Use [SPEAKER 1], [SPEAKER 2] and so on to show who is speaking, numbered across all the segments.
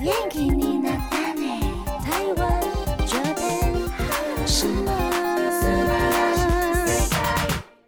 [SPEAKER 1] 元気になったね台湾这边什么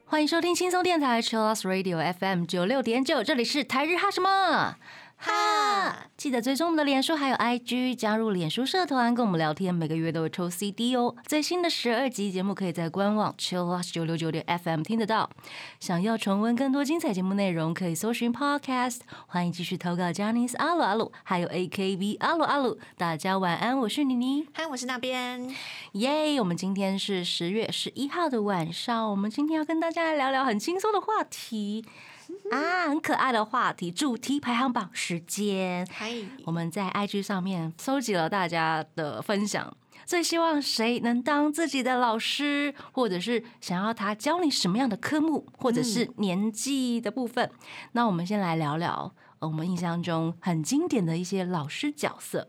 [SPEAKER 2] 欢迎收听轻松电台 Chillus Radio FM 九六点九，这里是台日哈什么哈，记得追踪我们的脸书还有 IG，加入脸书社团跟我们聊天，每个月都会抽 CD 哦。最新的十二集节目可以在官网 Chillus 九六九点 FM 听得到。想要重温更多精彩节目内容，可以搜寻 Podcast。欢迎继续投稿 j a n i c e 阿鲁阿鲁，还有 AKB 阿鲁阿鲁。大家晚安，我是妮妮。
[SPEAKER 3] 嗨，我是那边。
[SPEAKER 2] 耶我们今天是十月十一号的晚上，我们今天要跟大家来聊聊很轻松的话题啊，很可爱的话题，主题排行榜时间。
[SPEAKER 3] 嗨，
[SPEAKER 2] 我们在 IG 上面搜集了大家的分享，最希望谁能当自己的老师，或者是想要他教你什么样的科目，或者是年纪的部分。那我们先来聊聊呃我们印象中很经典的一些老师角色。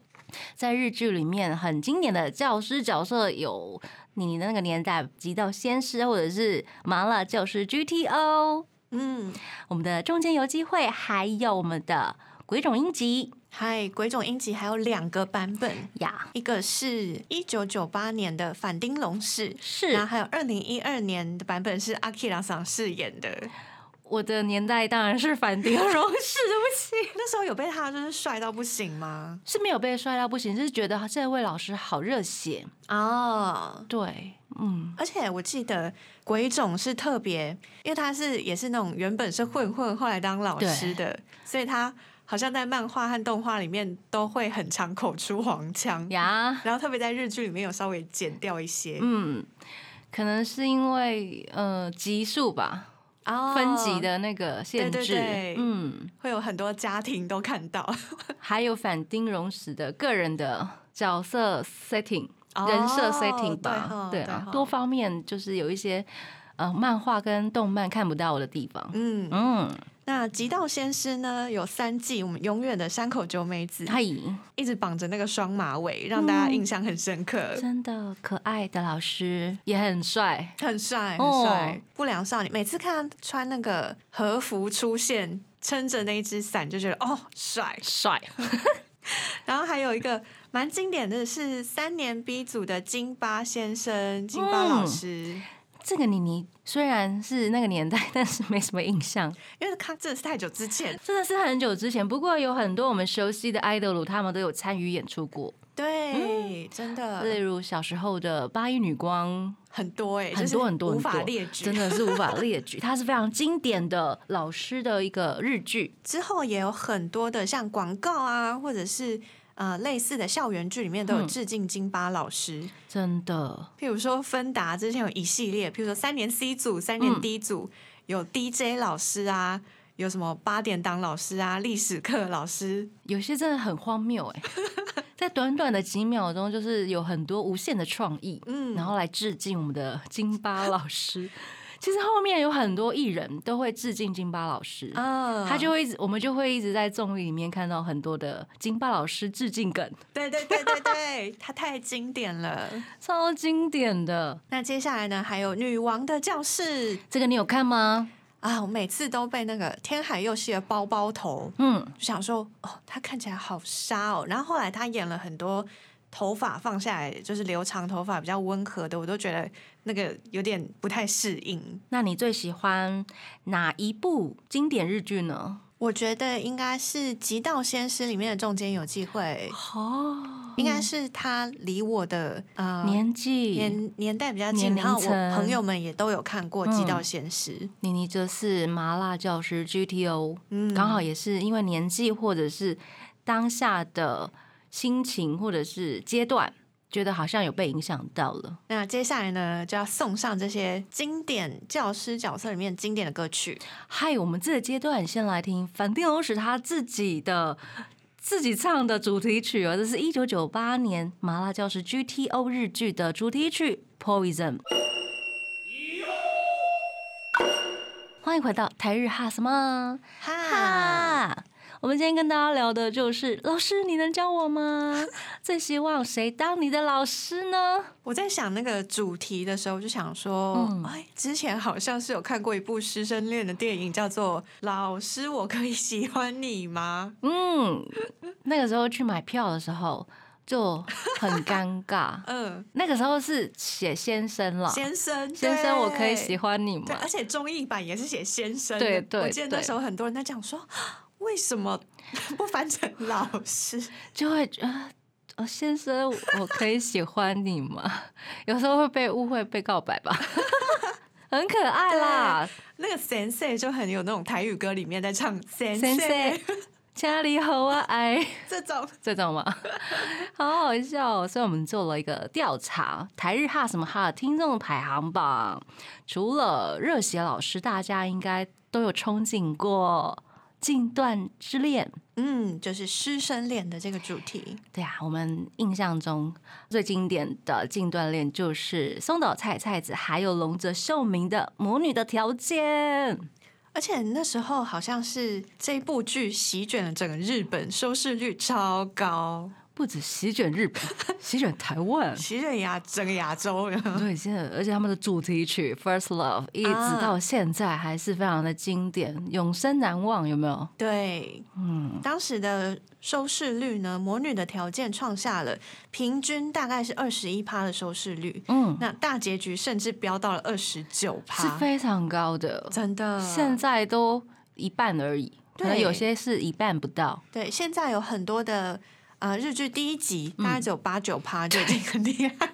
[SPEAKER 2] 在日剧里面很经典的教师角色有你的那个年代极道先师，或者是麻辣教师 GTO，
[SPEAKER 3] 嗯，
[SPEAKER 2] 我们的中间游机会，还有我们的鬼冢英吉
[SPEAKER 3] 嗨，鬼冢英吉还有两个版本，
[SPEAKER 2] 呀，
[SPEAKER 3] 一个是一九九八年的反町隆史，然
[SPEAKER 2] 是
[SPEAKER 3] 后还有二零一二年的版本是阿 K 郎桑饰演的。
[SPEAKER 2] 我的年代当然是反町隆史，对不起，
[SPEAKER 3] 那时候有被他就是帅到不行吗？
[SPEAKER 2] 是没有被帅到不行，就是觉得这位老师好热血，
[SPEAKER 3] 哦，
[SPEAKER 2] 对，嗯，
[SPEAKER 3] 而且我记得鬼冢是特别，因为他是也是那种原本是混混，后来当老师的，所以他好像在漫画和动画里面都会很常口出黄腔。
[SPEAKER 2] 呀，
[SPEAKER 3] 然后特别在日剧里面有稍微剪掉一些
[SPEAKER 2] 嗯，可能是因为呃级数吧，
[SPEAKER 3] 哦
[SPEAKER 2] 嗯分级，的那个限
[SPEAKER 3] 对对
[SPEAKER 2] 制，
[SPEAKER 3] 对
[SPEAKER 2] 嗯，
[SPEAKER 3] 会有很多家庭都看到
[SPEAKER 2] 还有反丁荣史的个人的角色 setting、
[SPEAKER 3] 哦
[SPEAKER 2] 人设 setting 吧，
[SPEAKER 3] 对哦
[SPEAKER 2] 啊
[SPEAKER 3] 对，哦
[SPEAKER 2] 多方面就是有一些呃漫画跟动漫看不到的地方。
[SPEAKER 3] 嗯，
[SPEAKER 2] 嗯，
[SPEAKER 3] 那《极道先师》呢有三季，我们永远的山口九美子，
[SPEAKER 2] 太
[SPEAKER 3] 一直绑着那个双马尾，让大家印象很深刻，
[SPEAKER 2] 真的可爱的老师也很帅，
[SPEAKER 3] 很帅，
[SPEAKER 2] 哦
[SPEAKER 3] 很帅。不良少女每次看他穿那个和服出现，撑着那一只伞，就觉得哦帅。
[SPEAKER 2] 帅
[SPEAKER 3] 然后还有一个蛮经典的是三年 B 组的金巴先生，金巴老师。
[SPEAKER 2] 嗯这个妮妮虽然是那个年代，但是没什么印象，
[SPEAKER 3] 因为他真的是太久之前，
[SPEAKER 2] 真的是很久之前。不过有很多我们熟悉的 idol，他们都有参与演出过，嗯
[SPEAKER 3] 对，真的
[SPEAKER 2] 例如小时候的八一女光，
[SPEAKER 3] 很多哎、欸，
[SPEAKER 2] 很
[SPEAKER 3] 就是
[SPEAKER 2] 多很多
[SPEAKER 3] 无
[SPEAKER 2] 很
[SPEAKER 3] 法
[SPEAKER 2] 多，
[SPEAKER 3] 列举。
[SPEAKER 2] 真的是无法列 举。它是非常经典的老师的一个日剧，
[SPEAKER 3] 之后也有很多的像广告啊，或者是呃类似的校园剧里面都有
[SPEAKER 2] 嗯
[SPEAKER 3] 致敬金巴老师。
[SPEAKER 2] 真的
[SPEAKER 3] 譬如说芬达之前有一系列，譬如说三年 C
[SPEAKER 2] 嗯
[SPEAKER 3] 组、三年 D 组、有 DJ 老师啊，有什么八点档老师啊、历史课老师，
[SPEAKER 2] 有些真的很荒谬 哎、在短短的几秒钟，就是有很多无限的创意，嗯，然后来致敬我们的金巴老 师。其实后面有很多艺人都会致敬金巴老师，
[SPEAKER 3] 嗯，
[SPEAKER 2] 哦他就会一直，我们就会一直在综艺里面看到很多的金巴老师致敬梗，
[SPEAKER 3] 对对对对对，他太经典 了。
[SPEAKER 2] 超经典的。
[SPEAKER 3] 那接下来呢，还有女王的教室
[SPEAKER 2] 这个你有看吗？
[SPEAKER 3] 啊，我每次都被那个天海佑希的包包头
[SPEAKER 2] 嗯，
[SPEAKER 3] 就想说，哦，他看起来好沙哦。然后后来他演了很多头发放下来，就是留长头发比较温和的，我都觉得那个有点不太适应。
[SPEAKER 2] 那你最喜欢哪一部经典日剧呢？
[SPEAKER 3] 我觉得应该是《极道先师》里面的中间有机会，
[SPEAKER 2] 哦，
[SPEAKER 3] 应该是他离我的呃
[SPEAKER 2] 年纪，
[SPEAKER 3] 年年代比较
[SPEAKER 2] 年
[SPEAKER 3] 近，
[SPEAKER 2] 龄
[SPEAKER 3] 然后我
[SPEAKER 2] 层嗯
[SPEAKER 3] 朋友们也都有看过《极道先师》
[SPEAKER 2] 妮妮这是麻辣教师 GTO，
[SPEAKER 3] 嗯
[SPEAKER 2] 刚好也是因为年纪或者是当下的心情或者是阶段，觉得好像有被影响到了。
[SPEAKER 3] 那接下来呢，就要送上这些经典教师角色里面经典的歌曲。
[SPEAKER 2] 嗨，我们这个阶段先来听反町隆史他自己的。自己唱的主题曲哦，这是一九九八年《麻辣教师 GTO》日剧的主题曲《Poison》。欢迎回到台日哈什么
[SPEAKER 3] 哈，
[SPEAKER 2] 哈？我们今天跟大家聊的就是老师，你能教我 吗？最希望谁当你的老师呢？
[SPEAKER 3] 我在想那个主题的时候，就想说，
[SPEAKER 2] 嗯
[SPEAKER 3] 哎，之前好像是有看过一部师生恋的电影，叫做《老师，我可以喜欢你吗》。。
[SPEAKER 2] 嗯，那个时候去买票的时候就很尴 尬
[SPEAKER 3] 嗯，
[SPEAKER 2] 那个时候是写先生了，
[SPEAKER 3] 先生，
[SPEAKER 2] 先生，我可以喜
[SPEAKER 3] 欢。
[SPEAKER 2] 欢你
[SPEAKER 3] 对，
[SPEAKER 2] 吗
[SPEAKER 3] 而？且综艺版也是写先生的。
[SPEAKER 2] 对对
[SPEAKER 3] 我记得那
[SPEAKER 2] 对
[SPEAKER 3] 时候很多人在讲说，啊为什么 不翻成老师？
[SPEAKER 2] 就会觉得。哦，先生，我我可以喜欢你吗？ 有时候会被误会、被告白 吧，很可爱啦。
[SPEAKER 3] 那个 sensei 就很有那种台语歌里面在唱
[SPEAKER 2] sensei
[SPEAKER 3] sensei
[SPEAKER 2] 家里好啊，爱
[SPEAKER 3] 这种。
[SPEAKER 2] 这种吗？ 好好笑、哦！所以我们做了一个调查，台日哈什么哈的听众排行榜，除了热血老师，大家应该都有憧憬过《近段之恋》。
[SPEAKER 3] 嗯，就是师生恋的这个主题。
[SPEAKER 2] 对啊，我们印象中最经典的近段恋就是松岛菜菜子还有龙泽秀明的《魔女的条件》。
[SPEAKER 3] 而且那时候好像是这部剧席卷了整个日本，收视率超高，
[SPEAKER 2] 不止席卷日本，席卷台湾。
[SPEAKER 3] 席卷亚整个亚洲。
[SPEAKER 2] 对，现在而且他们的主题曲《First Love》一直到现在还是非常的经典，永生难忘，有没有？
[SPEAKER 3] 对，
[SPEAKER 2] 嗯，
[SPEAKER 3] 当时的收视率呢，《魔女的条件》创下了平均大概是二十一趴的收视率，
[SPEAKER 2] 嗯，
[SPEAKER 3] 那大结局甚至飙到了二十九
[SPEAKER 2] 是
[SPEAKER 3] 趴，
[SPEAKER 2] 非常高的，
[SPEAKER 3] 真的。
[SPEAKER 2] 现在都一半而已，可能
[SPEAKER 3] 对
[SPEAKER 2] 有些是一半不到。
[SPEAKER 3] 对，现在有很多的呃日剧第一集大概只有八九趴就已经很厉 害，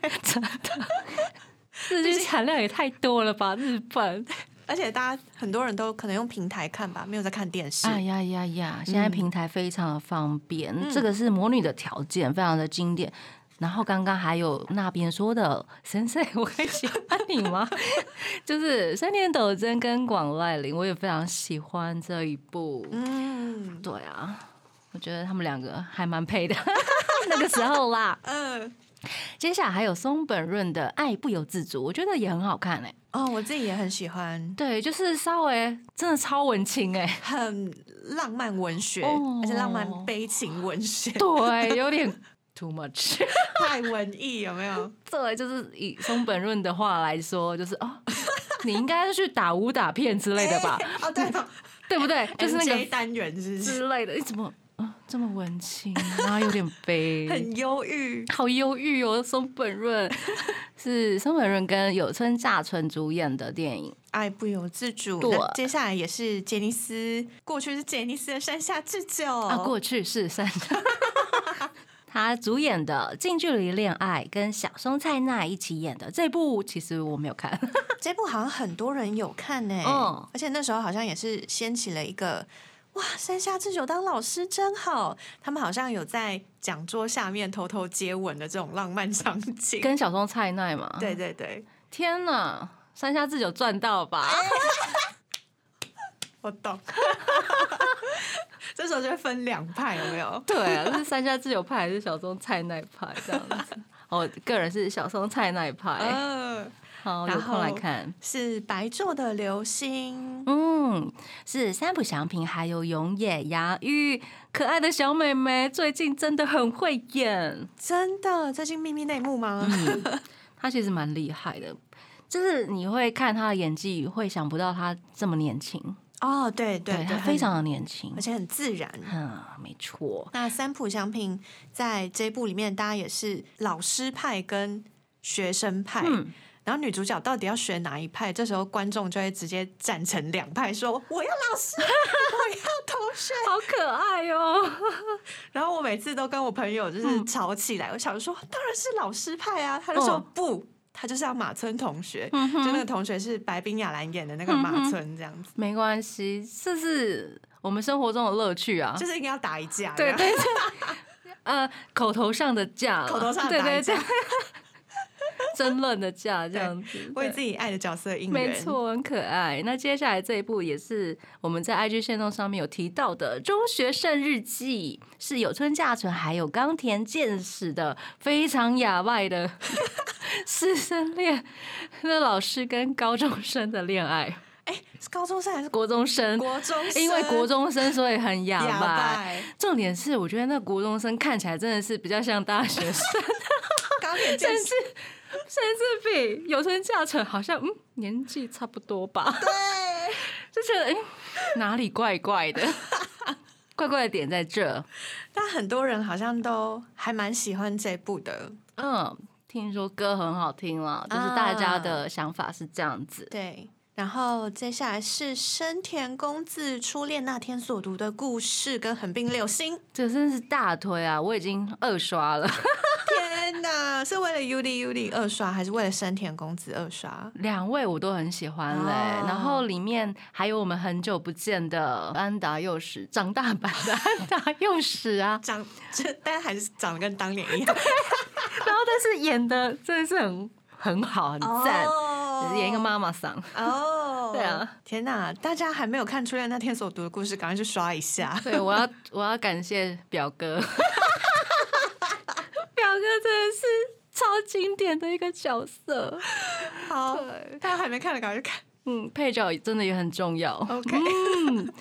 [SPEAKER 2] 日剧产量也太多了吧，日本。
[SPEAKER 3] 而且大家很多人都可能用平台看吧，没有在看电视。
[SPEAKER 2] 哎呀呀呀！现在平台非常的方便，
[SPEAKER 3] 嗯
[SPEAKER 2] 这个是魔女的条件，非常的经典。然后刚刚还有那边说的“神社，我会喜欢你吗？” 就是山田斗真跟广濑铃，我也非常喜欢这一部。
[SPEAKER 3] 嗯
[SPEAKER 2] 对啊，我觉得他们两个还蛮配的， 那个时候啦。
[SPEAKER 3] 嗯，
[SPEAKER 2] 接下来还有松本润的《爱不由自主》，我觉得也很好看哎、
[SPEAKER 3] 哦，我自己也很喜欢，
[SPEAKER 2] 对，就是稍微真的超文青哎、
[SPEAKER 3] 很浪漫文学，
[SPEAKER 2] 哦
[SPEAKER 3] 而且浪漫悲情文学，
[SPEAKER 2] 对， 有点 too much。
[SPEAKER 3] 太文艺有没有？
[SPEAKER 2] 作为就是以松本润的话来说，就是哦， 你应该是去打武打片之类的吧，
[SPEAKER 3] 哎？哦，对哦，
[SPEAKER 2] 对不对？ 就是那
[SPEAKER 3] MJ
[SPEAKER 2] 个
[SPEAKER 3] 单元是不是
[SPEAKER 2] 之类的，你怎么啊这么文青，然后有点悲，
[SPEAKER 3] 很忧郁。
[SPEAKER 2] 好忧郁哦。松本润是松本润跟有村架纯主演的电影，
[SPEAKER 3] 爱不由自主。
[SPEAKER 2] 对
[SPEAKER 3] 那接下来也是杰尼斯，过去是杰尼斯的山下智久。
[SPEAKER 2] 啊，过去式三。 他主演的《近距离恋爱》跟小松菜奈一起演的这部，其实我没有看。
[SPEAKER 3] 这部好像很多人有看呢、
[SPEAKER 2] 嗯
[SPEAKER 3] 而且那时候好像也是掀起了一个。哇，山下智久当老师真好！他们好像有在讲桌下面偷偷接吻的这种浪漫场景。
[SPEAKER 2] 跟小松菜奈嘛，
[SPEAKER 3] 对对对，
[SPEAKER 2] 天呐，山下智久赚到吧？
[SPEAKER 3] 我懂。 这时候就会分两派，有 没有？
[SPEAKER 2] 对啊，是山下智久派还是小松菜奈派这样子？我个人是小松菜奈派，
[SPEAKER 3] 嗯、
[SPEAKER 2] 好
[SPEAKER 3] 然
[SPEAKER 2] 有空来
[SPEAKER 3] 后
[SPEAKER 2] 看。
[SPEAKER 3] 是白昼的流星。
[SPEAKER 2] 嗯，是三浦祥平还有永野芽郁，可爱的小美眉最近真的很会演，
[SPEAKER 3] 真的，最近秘密内幕吗？
[SPEAKER 2] 嗯她其实蛮厉害的，就是你会看她的演技，会想不到她这么年轻，
[SPEAKER 3] 哦，对对对，
[SPEAKER 2] 她
[SPEAKER 3] 很
[SPEAKER 2] 非常的年轻
[SPEAKER 3] 而，且很自然。
[SPEAKER 2] 嗯，没错，
[SPEAKER 3] 那三浦祥平在这一部里面，大家也是老师派跟学生派。
[SPEAKER 2] 嗯
[SPEAKER 3] 然后女主角到底要选哪一派？这时候观众就会直接站成两派，说我要老师，我要同学。
[SPEAKER 2] 好可爱哦。
[SPEAKER 3] 然后我每次都跟我朋友就是吵起来，我想说当然是老师派啊，他就说、
[SPEAKER 2] 嗯
[SPEAKER 3] 不，他就是要马村同学，就那个同学是白冰雅兰演的那
[SPEAKER 2] 嗯
[SPEAKER 3] 个马村，这样子、
[SPEAKER 2] 没关系，这是我们生活中的乐趣啊。
[SPEAKER 3] 就是应该要打一架，
[SPEAKER 2] 对
[SPEAKER 3] 这
[SPEAKER 2] 对
[SPEAKER 3] 样
[SPEAKER 2] 对，呃，口头上的架啦，
[SPEAKER 3] 口头上
[SPEAKER 2] 对
[SPEAKER 3] 的打
[SPEAKER 2] 对
[SPEAKER 3] 一架
[SPEAKER 2] 对， 争论的架这样子。
[SPEAKER 3] 为
[SPEAKER 2] 对
[SPEAKER 3] 自己爱的角色应援，
[SPEAKER 2] 没错，很可爱。那接下来这一部也是我们在 IG 线动上面有提到的《中学生日记》，是有村架纯还有冈田健史的非常哑外的 师生恋，那老师跟高中生的恋爱。
[SPEAKER 3] 哎、是高中生还是国
[SPEAKER 2] 国中生，
[SPEAKER 3] 国中生？
[SPEAKER 2] 因为国中生所以很哑
[SPEAKER 3] 哑巴
[SPEAKER 2] 巴。
[SPEAKER 3] 欸，
[SPEAKER 2] 重点是，我觉得那国中生看起来真的是比较像大学生，
[SPEAKER 3] 高点见
[SPEAKER 2] 甚
[SPEAKER 3] 识
[SPEAKER 2] 至甚至比有村架纯好像嗯年纪差不多吧，
[SPEAKER 3] 对。
[SPEAKER 2] 就觉得哎、哪里怪怪的， 怪怪的点在这。
[SPEAKER 3] 但很多人好像都还蛮喜欢这部的，
[SPEAKER 2] 嗯，听说歌很好听啦，就是大家的想法是这样子。
[SPEAKER 3] 对。然后接下来是生田公子初恋那天所读的故事跟横滨六星。
[SPEAKER 2] 这真是大推啊！我已经二刷了
[SPEAKER 3] 天哪，是为了 Uli Uli 二刷，还是为了生田公子二刷？
[SPEAKER 2] 两位，我都很喜欢嘞、
[SPEAKER 3] 哦。
[SPEAKER 2] 然后里面还有我们很久不见的安达佑史，长大版的安达佑史啊
[SPEAKER 3] 长这，但还是长得跟当年一 样，
[SPEAKER 2] 然后但是演的真的是很很好，很赞，
[SPEAKER 3] 哦
[SPEAKER 2] 演一个妈妈桑。
[SPEAKER 3] 哦，
[SPEAKER 2] 对啊，
[SPEAKER 3] 天哪！大家还没有看《初恋那天所读的故事》，赶快去刷一 下。
[SPEAKER 2] 对，我要我要感谢 表哥，表哥真的是超经典的一个角色。
[SPEAKER 3] 好，大家还没看的，赶快去看。
[SPEAKER 2] 嗯，配角真的也很重要。
[SPEAKER 3] OK
[SPEAKER 2] 嗯，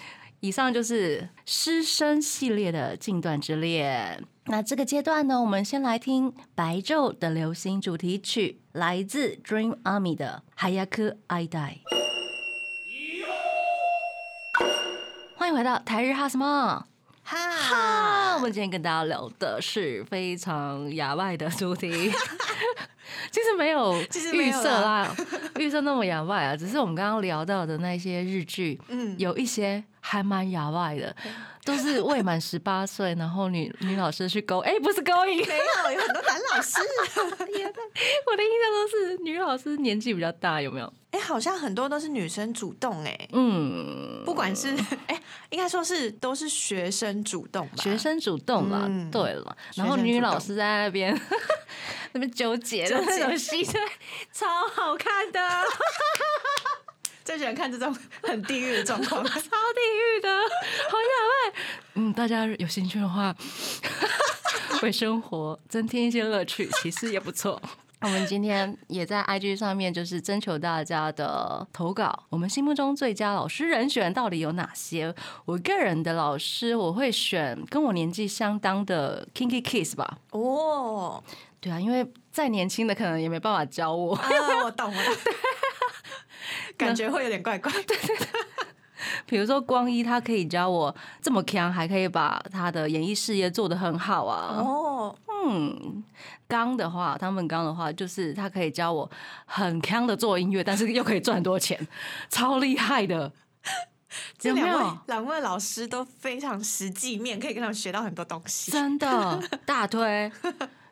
[SPEAKER 2] 以上就是师生系列的近段之恋。那这个阶段呢，我们先来听《白昼》的流行主题曲，来自 Dream Army 的《h a y a k I Die》。欢迎回到台日哈什么？啊，我
[SPEAKER 3] 哈，
[SPEAKER 2] 们今天跟大家聊的是非常牙外的主 题，其实没有
[SPEAKER 3] 其实没
[SPEAKER 2] 预
[SPEAKER 3] 有
[SPEAKER 2] 设啦，预设那么牙外啊，只是我们刚刚聊到的那些日剧，
[SPEAKER 3] 嗯，
[SPEAKER 2] 有一些还蛮牙外的，都是未满十八岁，然后 女女老师去勾，哎、不是勾引，
[SPEAKER 3] 没有？有很多男老师，
[SPEAKER 2] 我的印象都是女老师年纪比较大，有没有？
[SPEAKER 3] 哎、好像很多都是女生主动、哎，
[SPEAKER 2] 嗯，
[SPEAKER 3] 不管是 哎、应该说是都是学生主动吧，
[SPEAKER 2] 学生主动啦，
[SPEAKER 3] 嗯
[SPEAKER 2] 对了，
[SPEAKER 3] 学
[SPEAKER 2] 然后
[SPEAKER 3] 生
[SPEAKER 2] 女
[SPEAKER 3] 主
[SPEAKER 2] 老
[SPEAKER 3] 动
[SPEAKER 2] 师在那边 那边纠结的
[SPEAKER 3] 纠
[SPEAKER 2] 那种
[SPEAKER 3] 结
[SPEAKER 2] 戏，对，超好看的，
[SPEAKER 3] 最喜欢看这种很地狱的 状况。
[SPEAKER 2] 超地狱的，好想看。嗯，大家有兴趣的话， 为生活增添一些乐趣，其实也不错。 我们今天也在 IG 上面就是征求大家的投稿，我们心目中最佳老师人选到底有哪些？我个人的老师，我会选跟我年纪相当的 Kinky Kiss 吧。
[SPEAKER 3] 哦，
[SPEAKER 2] 对啊，因为再年轻的可能也没办法教我，
[SPEAKER 3] 啊，我懂了，感觉会有点怪怪。
[SPEAKER 2] 比如说光一，他可以教我这么强，还可以把他的演艺事业做得很好啊。
[SPEAKER 3] 哦，
[SPEAKER 2] 嗯，刚的话，他们刚的话，就是他可以教我很强的做音乐，但是又可以赚很多钱， 超厉害的。
[SPEAKER 3] 这
[SPEAKER 2] 有没
[SPEAKER 3] 两
[SPEAKER 2] 有
[SPEAKER 3] 位两位老师都非常实际面，可以跟他们学到很多东西。
[SPEAKER 2] 真 的大推，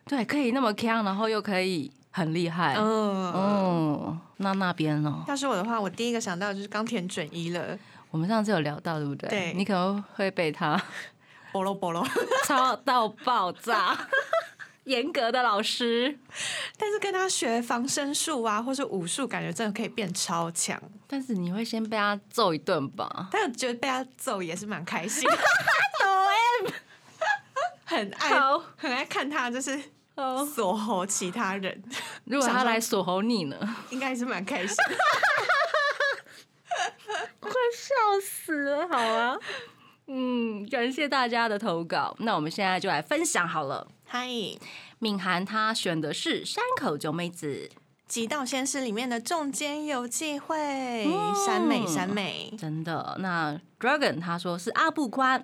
[SPEAKER 2] 对，可以那么强，然后又可以很厉害。嗯，
[SPEAKER 3] 嗯，
[SPEAKER 2] 那那边呢？
[SPEAKER 3] 要是我的话，我第一个想到的就是冈田准一了，
[SPEAKER 2] 我们上次有聊到，对不对？
[SPEAKER 3] 对
[SPEAKER 2] 你可能会被 他。
[SPEAKER 3] 菠萝菠萝。
[SPEAKER 2] 超到爆 炸，严格的老师。
[SPEAKER 3] 但是跟他学防身术啊，或是武术，感觉真的可以变超强。
[SPEAKER 2] 但是你会先被他揍一顿吧？
[SPEAKER 3] 但我觉得被他揍也是蛮开心 的，很爱
[SPEAKER 2] 好
[SPEAKER 3] 很爱看他就是
[SPEAKER 2] 哦，
[SPEAKER 3] 锁喉其他人，
[SPEAKER 2] 如果
[SPEAKER 3] 想
[SPEAKER 2] 他
[SPEAKER 3] 说
[SPEAKER 2] 来锁喉你呢？
[SPEAKER 3] 应该是蛮开心。
[SPEAKER 2] 快笑死了，好啊。 嗯，感谢大家的投稿。那我们现在就来分享好了。
[SPEAKER 3] 嗨，
[SPEAKER 2] 敏涵她选的是山口九美子，
[SPEAKER 3] 极道先师里面的中间游记会，
[SPEAKER 2] 嗯
[SPEAKER 3] 山美山美，
[SPEAKER 2] 真的。那 Dragon 他说是阿布宽，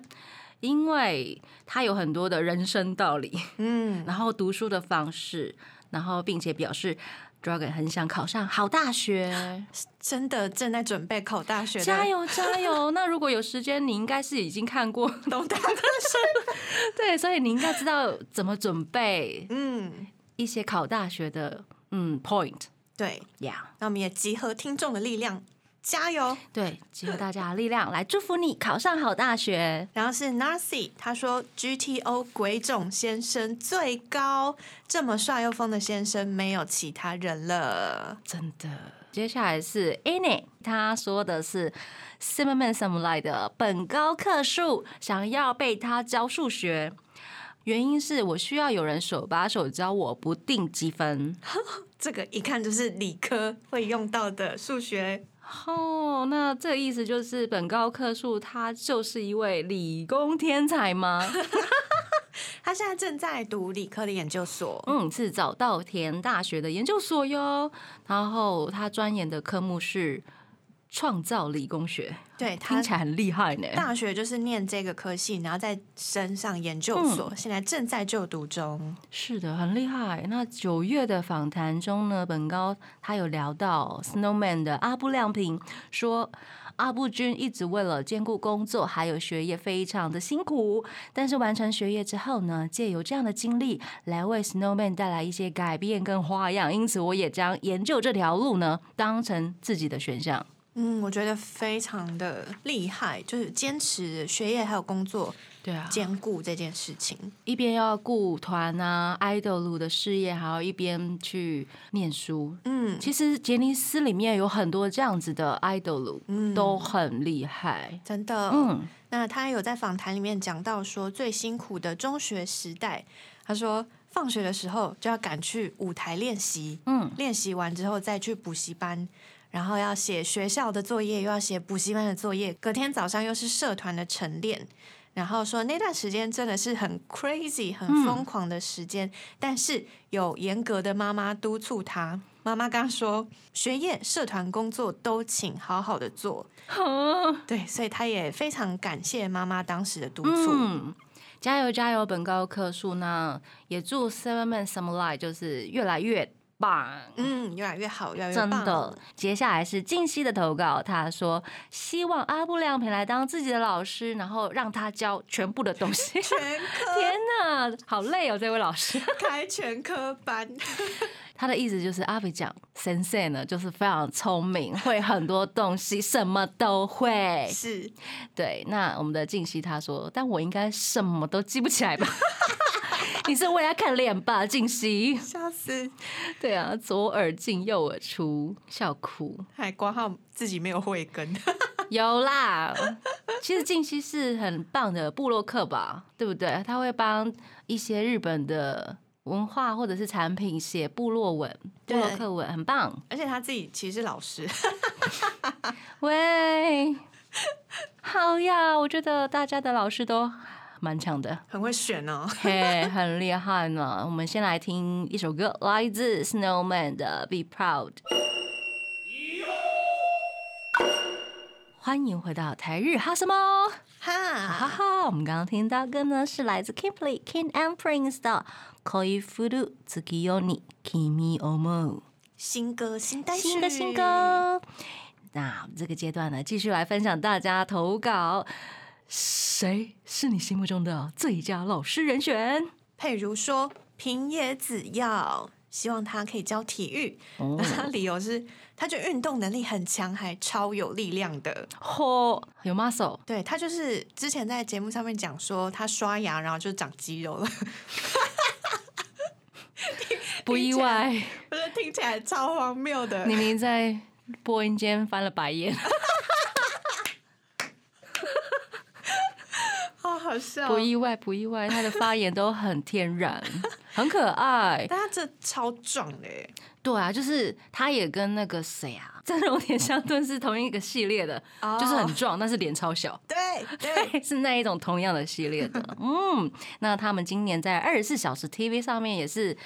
[SPEAKER 2] 因为他有很多的人生道理。
[SPEAKER 3] 嗯，
[SPEAKER 2] 然后读书的方式，然后并且表示 Dragon 很想考上好大 学，
[SPEAKER 3] 真的正在准备考大学的
[SPEAKER 2] 加油加油！那如果有时间，你应该是已经看过，
[SPEAKER 3] 东大的生，
[SPEAKER 2] 对，所以你应该知道怎么准备
[SPEAKER 3] 嗯，
[SPEAKER 2] 一些考大学的嗯 point
[SPEAKER 3] 对，
[SPEAKER 2] 呀、
[SPEAKER 3] 那我们也集合听众的力量，加油！
[SPEAKER 2] yeah,，对，集合大家的力量来祝福你考上好大学。
[SPEAKER 3] 然后是 Narcy，他说 GTO 鬼冢先生最高，这么帅又疯的先生没有其他人了。
[SPEAKER 2] 真的。接下来是 Annie，她说的是 Simon Samurai 的本高课数，想要被他教数学。原因是我需要有人手把手教我不定积分，
[SPEAKER 3] 这个一看就是理科会用到的数学
[SPEAKER 2] 哦，那这个意思就是本高克树他就是一位理工天才吗？
[SPEAKER 3] 他现在正在读理科的研究所，
[SPEAKER 2] 嗯，是早稻田大学的研究所哟。然后他钻研的科目是创造理工学，
[SPEAKER 3] 对
[SPEAKER 2] 听
[SPEAKER 3] 他
[SPEAKER 2] 起来很厉害呢。
[SPEAKER 3] 大学就是念这个科系，然后再升上研究所，
[SPEAKER 2] 嗯
[SPEAKER 3] 现在正在就读中。
[SPEAKER 2] 是的，很厉害。那九月的访谈中呢，本高他有聊到 Snowman 的阿布亮平说。阿布君一直为了兼顾工作还有学业，非常的辛苦。但是完成学业之后呢，借由这样的经历来为 Snowman 带来一些改变跟花样。因此，我也将研究这条路呢，当成自己的选项。
[SPEAKER 3] 嗯，我觉得非常的厉害，就是坚持学业还有工作
[SPEAKER 2] 对啊
[SPEAKER 3] 兼顾这件事情。
[SPEAKER 2] 一边要顾团啊、idol 路的事业，还要一边去念书。
[SPEAKER 3] 嗯，
[SPEAKER 2] 其实杰尼斯里面有很多这样子的 idol 路、都很厉害。
[SPEAKER 3] 真的，
[SPEAKER 2] 嗯，
[SPEAKER 3] 那他有在访谈里面讲到说，最辛苦的中学时代，他说放学的时候就要赶去舞台练习，
[SPEAKER 2] 嗯，
[SPEAKER 3] 练习完之后再去补习班，然后要写学校的作业，又要写补习班的作业，隔天早上又是社团的晨练。然后说那段时间真的是很 crazy、很
[SPEAKER 2] 嗯
[SPEAKER 3] 疯狂的时间，但是有严格的妈妈督促他。妈妈刚说，学业、社团、工作都请好好 的做，
[SPEAKER 2] 哦
[SPEAKER 3] 对，所以他也非常感谢妈妈当时的督促。
[SPEAKER 2] 嗯，加油加油，本高科数呢，也祝 Seven Man Samurai 就是越来越棒。
[SPEAKER 3] 嗯，越来越好，越来越
[SPEAKER 2] 真
[SPEAKER 3] 棒。
[SPEAKER 2] 的，，接下来是静熙的投稿，他说希望阿布亮平来当自己的老师，然后让他教全部的东 西。
[SPEAKER 3] 全科
[SPEAKER 2] 天哪，好累哦，这位老师。
[SPEAKER 3] 开全科 班，
[SPEAKER 2] 他的意思就是阿比讲 sensei 呢，就是非常聪明，会很多东西，什么都会。
[SPEAKER 3] 是
[SPEAKER 2] 对，那我们的静熙他说，但我应该什么都记不起来吧？ 你是为他看脸吧，静熙？
[SPEAKER 3] 笑死，
[SPEAKER 2] 对啊，左耳进右耳出，笑哭。
[SPEAKER 3] 还挂号自己没有慧根。
[SPEAKER 2] 有啦，其实静熙是很棒的布洛克吧，对不对？他会帮一些日本的文化或者是产品写部落文、部落
[SPEAKER 3] 对
[SPEAKER 2] 克文，很棒。
[SPEAKER 3] 而且他自己其实是老师，
[SPEAKER 2] 喂，好呀，我觉得大家的老师都蛮强的，
[SPEAKER 3] 很会选哦。
[SPEAKER 2] 嘿，很厉害呢。我们先来听一首歌，来自 Snowman 的《Be Proud》。欢迎回到台日哈什么？哈
[SPEAKER 3] 哈，
[SPEAKER 2] 哈，我们刚刚听到歌呢是来自 Kimberly King and Prince 的《Koi Furu Tsukiyoni Kimi Omo
[SPEAKER 3] 新歌新》单曲
[SPEAKER 2] 新的新。歌。那我们这个阶段呢，继续来分享大家投稿，谁是你心目中的最佳老师人选？
[SPEAKER 3] 譬如说平野紫耀，希望他可以教体育。
[SPEAKER 2] 哦
[SPEAKER 3] 那 他理由是，他就运动能力很强，还超有力量的。
[SPEAKER 2] 嚯，有 muscle，
[SPEAKER 3] 对他就是之前在节目上面讲说，他刷牙然后就长肌肉了，
[SPEAKER 2] 不意外。
[SPEAKER 3] 我觉得听起来超荒谬的。
[SPEAKER 2] 宁宁在播音间翻了白 眼，
[SPEAKER 3] 好好笑
[SPEAKER 2] 不意外，不意外，他的发言都很天然，很可爱。
[SPEAKER 3] 但他这超壮的耶
[SPEAKER 2] 对啊，就是他也跟那个谁啊，郑容田相顿是同一个系列的，
[SPEAKER 3] 哦
[SPEAKER 2] 就是很壮，但是脸超小。
[SPEAKER 3] 对 对，
[SPEAKER 2] 是那一种同样的系列 的，嗯，那他们今年在二十四小时 TV 上面也是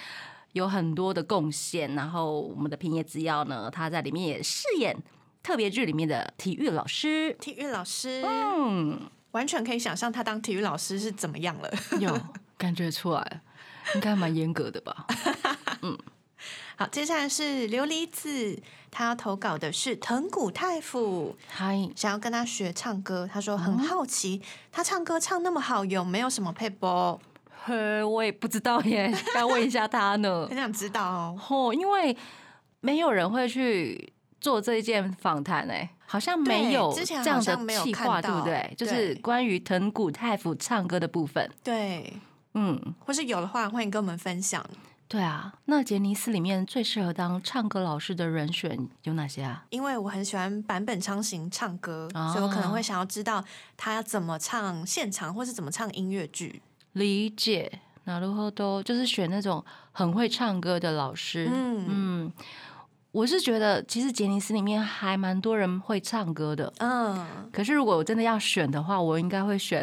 [SPEAKER 2] 有很多的贡献，然后我们的平野紫耀呢，他在里面也饰演特别剧里面的体育老师，
[SPEAKER 3] 体育老师
[SPEAKER 2] 嗯，
[SPEAKER 3] 完全可以想象他当体育老师是怎么样了。
[SPEAKER 2] 有感觉出来，应该蛮严格的吧？
[SPEAKER 3] 好，接下来是琉璃子，他要投稿的是藤谷太辅，
[SPEAKER 2] 嗨，
[SPEAKER 3] 想要跟他学唱歌。他说很好奇，他唱歌唱那么好，有没有什么配播？
[SPEAKER 2] 嘿，呃我也不知道耶， 要问一下他呢
[SPEAKER 3] 很。想知道哦。
[SPEAKER 2] 哦，因为没有人会去做这一件访谈哎，好像没
[SPEAKER 3] 对
[SPEAKER 2] 有
[SPEAKER 3] 之
[SPEAKER 2] 这
[SPEAKER 3] 前
[SPEAKER 2] 样
[SPEAKER 3] 好像
[SPEAKER 2] 的
[SPEAKER 3] 没有
[SPEAKER 2] 计
[SPEAKER 3] 看
[SPEAKER 2] 划，对不
[SPEAKER 3] 到
[SPEAKER 2] 对？就是
[SPEAKER 3] 对
[SPEAKER 2] 关于藤谷太辅唱歌的部分。
[SPEAKER 3] 对，
[SPEAKER 2] 嗯，
[SPEAKER 3] 或是有的话，欢迎跟我们分享。
[SPEAKER 2] 对啊。那杰尼斯里面最适合当唱歌老师的人选有哪些啊？
[SPEAKER 3] 因为我很喜欢坂本昌行唱歌，
[SPEAKER 2] 啊
[SPEAKER 3] 所以我可能会想要知道他怎么唱现场，或是怎么唱音乐剧。
[SPEAKER 2] 理解，然后都就是选那种很会唱歌的老师。
[SPEAKER 3] 嗯
[SPEAKER 2] 嗯，我是觉得，其实杰尼斯里面还蛮多人会唱歌的。
[SPEAKER 3] 嗯，
[SPEAKER 2] 可是如果我真的要选的话，我应该会选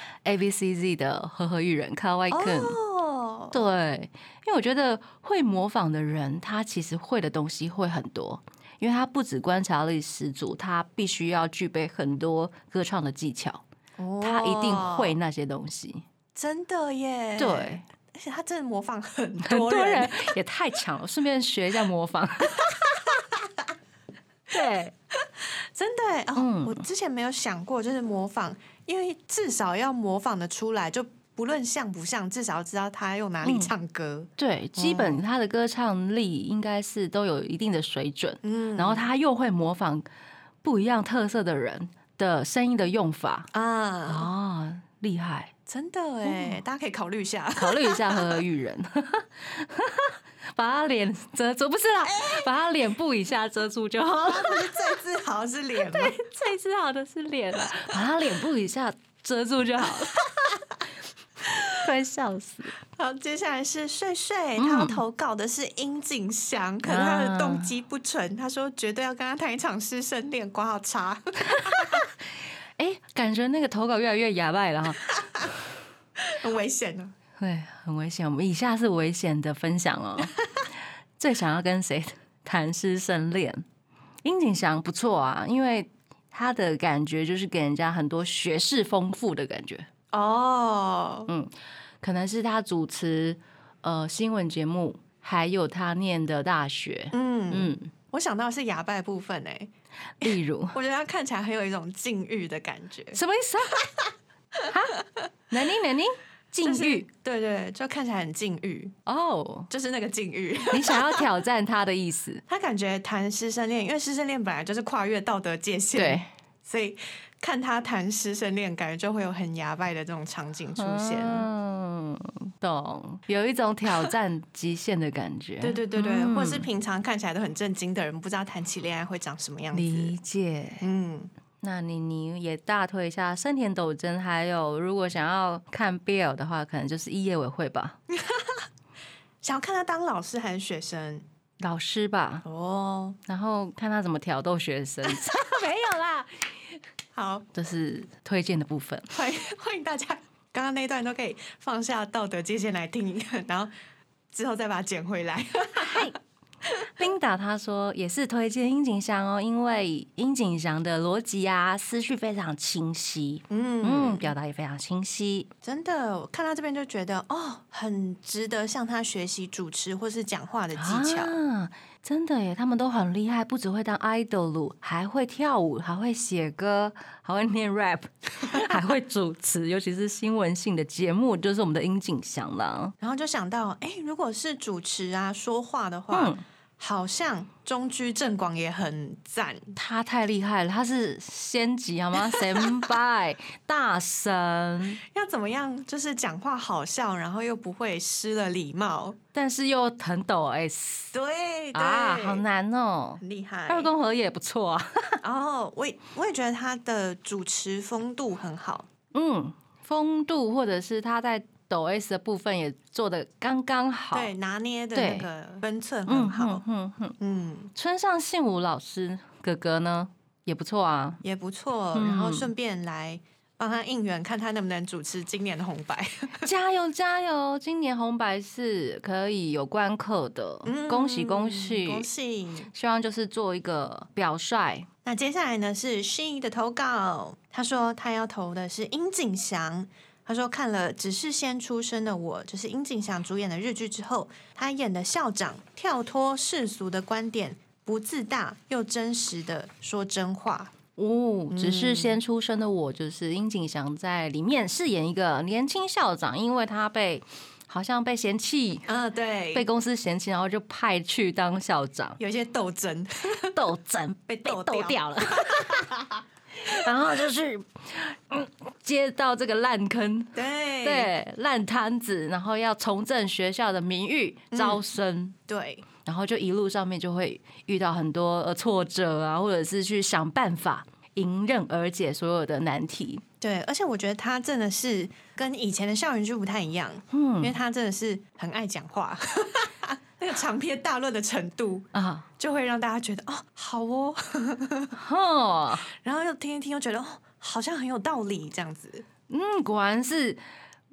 [SPEAKER 2] A B C Z 的《和和育人》卡哇伊肯。
[SPEAKER 3] 哦，
[SPEAKER 2] 对，因为我觉得会模仿的人，他其实会的东西会很多，因为他不止观察力十足，他必须要具备很多歌唱的技巧，他一定会
[SPEAKER 3] 哦，
[SPEAKER 2] 那些东西。
[SPEAKER 3] 真的耶。
[SPEAKER 2] 对，
[SPEAKER 3] 而且他真的模仿很
[SPEAKER 2] 很
[SPEAKER 3] 哎多
[SPEAKER 2] 多人
[SPEAKER 3] 人，
[SPEAKER 2] 也太强了，顺便学一下模仿。对，
[SPEAKER 3] 真的耶哦、
[SPEAKER 2] 嗯
[SPEAKER 3] 我之前没有想过，就是模仿，因为至少要模仿的出来，就不论像不像，至少要知道他用哪里
[SPEAKER 2] 嗯
[SPEAKER 3] 唱歌。
[SPEAKER 2] 对，基本他的歌唱力应该是都有一定的水准，
[SPEAKER 3] 嗯，
[SPEAKER 2] 然后他又会模仿不一样特色的人的声音的用法
[SPEAKER 3] 啊，
[SPEAKER 2] 啊，厉害！
[SPEAKER 3] 真的
[SPEAKER 2] 哦
[SPEAKER 3] 哎，大家可以考虑一下。
[SPEAKER 2] 考虑一下和和育人， 把他脸遮住，不是啦，把他脸部以下遮住就好了。
[SPEAKER 3] 不是最自豪是脸吗？
[SPEAKER 2] 最自豪的是脸啊，把他脸部以下遮住就好了。 快笑死！
[SPEAKER 3] 好，接下来是睡睡，
[SPEAKER 2] 嗯啊
[SPEAKER 3] 他要投稿的是殷景祥，可是他的动机不纯，他说绝对要跟他谈一场师生恋，挂号差。
[SPEAKER 2] 哎、感觉那个投稿越来越牙白了哈。
[SPEAKER 3] 很危险啊呢、
[SPEAKER 2] 对，很危险。我们以下是危险的分享哦。最想要跟谁谈师生恋？殷景祥不错啊，因为他的感觉就是给人家很多学识丰富的感觉。
[SPEAKER 3] 哦，
[SPEAKER 2] 可能是他主持呃新闻节目，还有他念的大学，
[SPEAKER 3] 嗯，
[SPEAKER 2] 嗯，
[SPEAKER 3] 我想到的是牙拜部分哎、
[SPEAKER 2] 例如
[SPEAKER 3] 我觉得他看起来很有一种禁欲的感觉，
[SPEAKER 2] 什么意思啊？哈，南宁南宁禁欲
[SPEAKER 3] 对对，就看起来很禁欲，
[SPEAKER 2] 哦，
[SPEAKER 3] 就是那个禁欲。
[SPEAKER 2] 你想要挑战他的意思？
[SPEAKER 3] 他感觉谈师生恋，因为师生恋本来就是跨越道德界限，
[SPEAKER 2] 对，，
[SPEAKER 3] 所以看他谈师生恋，感觉就会有很牙拜的这种场景出现。
[SPEAKER 2] 嗯，懂，有一种挑战极限的感觉。
[SPEAKER 3] 对对对对，
[SPEAKER 2] 嗯
[SPEAKER 3] 或者是平常看起来都很震惊的人，不知道谈起恋爱会长什么样
[SPEAKER 2] 理
[SPEAKER 3] 子。
[SPEAKER 2] 解。
[SPEAKER 3] 嗯，
[SPEAKER 2] 那妮妮也大推一下森田斗真，还有如果想要看 BL 的话，可能就是一业委会吧，
[SPEAKER 3] 想要看他当老师还是学生？
[SPEAKER 2] 老师吧，
[SPEAKER 3] 哦，
[SPEAKER 2] 然后看他怎么挑逗学 生，没有啦，
[SPEAKER 3] 好，
[SPEAKER 2] 这是推荐的部分。
[SPEAKER 3] 欢迎 欢迎大家，刚刚那一段都可以放下道德界限来听， 然后之后再把它捡回来。
[SPEAKER 2] 琳达她说也是推荐樱井翔哦，因为樱井翔的逻辑啊思绪非常清晰，
[SPEAKER 3] 嗯，
[SPEAKER 2] 嗯，表达也非常清晰，
[SPEAKER 3] 真的，我看到这边就觉得哦，很值得向他学习主持或是讲话的技巧。
[SPEAKER 2] 啊，真的耶，他们都很厉害，不只会当 idol，还会跳舞，还会写歌，还会念 rap，还会主持，尤其是新闻性的节目，就是我们的樱井翔啦。
[SPEAKER 3] 然后就想到，哎、如果是主持啊、说话的话，
[SPEAKER 2] 嗯，
[SPEAKER 3] 好像中居正广也很赞。
[SPEAKER 2] 他太厉害了，他是仙级好 吗？神拜大神，
[SPEAKER 3] 要怎么样，就是讲话好笑，然后又不会失了礼貌。
[SPEAKER 2] 但是又很抖 S
[SPEAKER 3] 对对，
[SPEAKER 2] 啊，好难哦。
[SPEAKER 3] 很厉害。
[SPEAKER 2] 二宫和也不错啊，
[SPEAKER 3] 哦，我也我也觉得他的主持风度很好。
[SPEAKER 2] 嗯，风度或者是他在抖 S 的部分也做的刚刚好，
[SPEAKER 3] 对，拿捏的
[SPEAKER 2] 对
[SPEAKER 3] 那个分寸
[SPEAKER 2] 嗯
[SPEAKER 3] 很好，
[SPEAKER 2] 嗯嗯
[SPEAKER 3] 嗯
[SPEAKER 2] 村上信武老师哥哥呢也不错 啊，
[SPEAKER 3] 也不错。
[SPEAKER 2] 嗯
[SPEAKER 3] 然后顺便来帮他应援，看他能不能主持今年的红白。
[SPEAKER 2] 加油加油！今年红白是可以有关课的，恭喜恭喜！
[SPEAKER 3] 嗯恭喜！
[SPEAKER 2] 希望就是做一个表率，
[SPEAKER 3] 那接下来呢是 She 的投稿，他说他要投的是殷景祥。他说看了《只是先出生的我》，就是殷景祥主演的日剧之后，他演的校长跳脱世俗的观点，不自大又真实的说真话。
[SPEAKER 2] 哦，
[SPEAKER 3] 嗯
[SPEAKER 2] 只是先出生的我，就是殷景祥在里面饰演一个年轻校长，因为他被好像被嫌弃，
[SPEAKER 3] 啊，对，
[SPEAKER 2] 被公司嫌弃，然后就派去当校长
[SPEAKER 3] 有一些斗争，
[SPEAKER 2] 斗争
[SPEAKER 3] 被斗
[SPEAKER 2] 斗
[SPEAKER 3] 掉
[SPEAKER 2] 掉了。然后就是、嗯接到这个烂坑，
[SPEAKER 3] 对
[SPEAKER 2] 对烂摊子，然后要重振学校的名誉，招生，
[SPEAKER 3] 对
[SPEAKER 2] 然后就一路上面就会遇到很多呃挫折啊，或者是去想办法迎刃而解所有的难题。
[SPEAKER 3] 对，而且我觉得他真的是跟以前的校园剧不太一样，嗯，因为他真的是很爱讲话， 那个长篇大论的程度，
[SPEAKER 2] 啊，
[SPEAKER 3] 就会让大家觉得哦，好哦，
[SPEAKER 2] 哼，
[SPEAKER 3] 然后又听一听，又觉得哦，好像很有道理这样子。
[SPEAKER 2] 嗯，果然是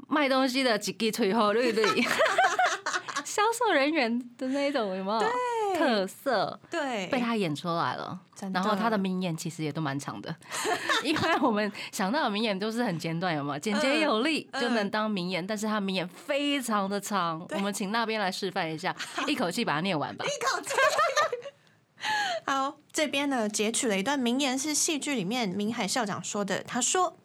[SPEAKER 2] 卖东西的几个腿后对不 对？销售人员的那一种有没有特色？
[SPEAKER 3] 对，
[SPEAKER 2] 被他演出来了
[SPEAKER 3] 真，的
[SPEAKER 2] 然后他的名言其实也都蛮长 的，因为我们想到的名言都是很简短，有没有？简洁有力
[SPEAKER 3] 嗯
[SPEAKER 2] 就能当名言，但是他名言非常的长，
[SPEAKER 3] 对
[SPEAKER 2] 我们请那边来示范一 下，一口气把它念完吧。
[SPEAKER 3] 一口气。好，这边呢截取了一段名言，是戏剧里面明海校长说的。他说：“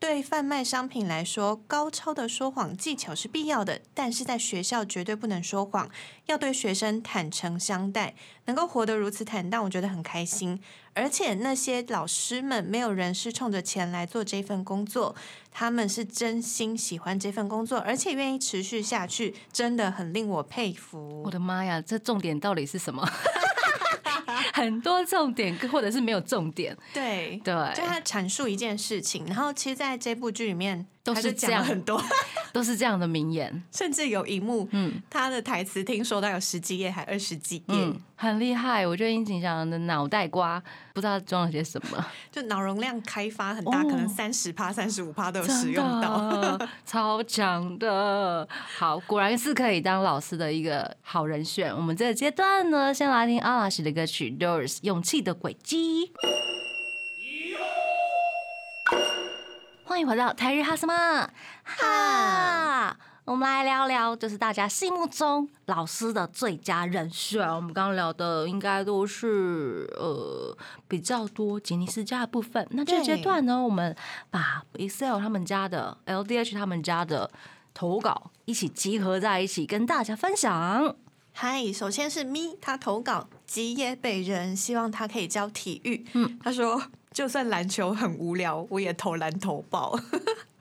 [SPEAKER 3] 对贩卖商品来说，高超的说谎技巧是必要的，但是在学校绝对不能说谎，要对学生坦诚相待。能够活得如此坦荡，我觉得很开心。而且那些老师们，没有人是冲着钱来做这份工作，他们是真心喜欢这份工作，而且愿意持续下去，真的很令我佩服。”
[SPEAKER 2] 我的妈呀，这重点到底是什么？ 很多重点，或者是没有重点，
[SPEAKER 3] 对
[SPEAKER 2] 对
[SPEAKER 3] 就他阐述一件事情，然后其实在这部剧里面，
[SPEAKER 2] 都
[SPEAKER 3] 他
[SPEAKER 2] 是
[SPEAKER 3] 就
[SPEAKER 2] 这
[SPEAKER 3] 讲
[SPEAKER 2] 样
[SPEAKER 3] 了很多，
[SPEAKER 2] 都是这样的名言。
[SPEAKER 3] 甚至有一幕，
[SPEAKER 2] 嗯
[SPEAKER 3] 他的台词听说到有十几页还二十几页，
[SPEAKER 2] 嗯，很厉害。我觉得殷景祥的脑袋瓜不知道装了些什么，
[SPEAKER 3] 就脑容量开发很大，
[SPEAKER 2] 哦
[SPEAKER 3] 可能三十趴、三十五趴都有使
[SPEAKER 2] 真
[SPEAKER 3] 用到。
[SPEAKER 2] 的超强的。好，果然是可以当老师的一个好人选。我们这个阶段呢，先来听阿拉西的歌曲《Doors》勇气的轨迹。欢迎回到台日哈什么哈。我们来聊聊，就是大家心目中老师的最佳人选。我们刚刚聊的应该都是呃比较多杰尼斯家的部分。那这个阶
[SPEAKER 3] 对
[SPEAKER 2] 段呢，我们把 Excel 他们家的 LDH 他们家的投稿一起集合在一起，跟大家分享。
[SPEAKER 3] 嗨，首先是咪，他投稿吉野北人，希望他可以教体育。
[SPEAKER 2] 嗯，
[SPEAKER 3] 他说就算篮球很无聊，我也投篮投爆。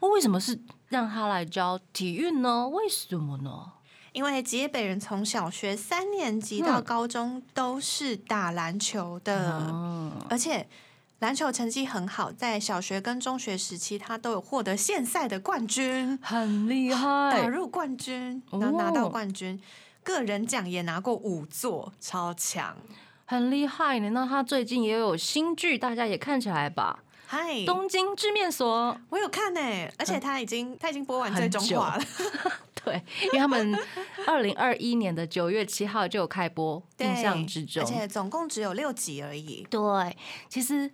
[SPEAKER 2] 为什么是让他来教体育呢？为什么呢？
[SPEAKER 3] 因为吉野北人从小学三年级到高中都是打篮球的，
[SPEAKER 2] 嗯，
[SPEAKER 3] 而且篮球成绩很好，在小学跟中学时期，他都有获得县赛的冠军，
[SPEAKER 2] 很厉
[SPEAKER 3] 打
[SPEAKER 2] 害，
[SPEAKER 3] 入冠军，
[SPEAKER 2] 哎哦
[SPEAKER 3] 然后拿到冠军，个人奖也拿过五座，超强。
[SPEAKER 2] 很厉害呢。那他最近也有新剧，大家也看起来吧。
[SPEAKER 3] 嗨，
[SPEAKER 2] 东嗯京致面所，
[SPEAKER 3] 我有看呢、而且他已经他已经播完最终话了，
[SPEAKER 2] 对，因为他们二零二一年的九月七号就有开播，
[SPEAKER 3] 对
[SPEAKER 2] 印象之
[SPEAKER 3] 而且
[SPEAKER 2] 中。
[SPEAKER 3] 总共只有六集而已
[SPEAKER 2] 对，其实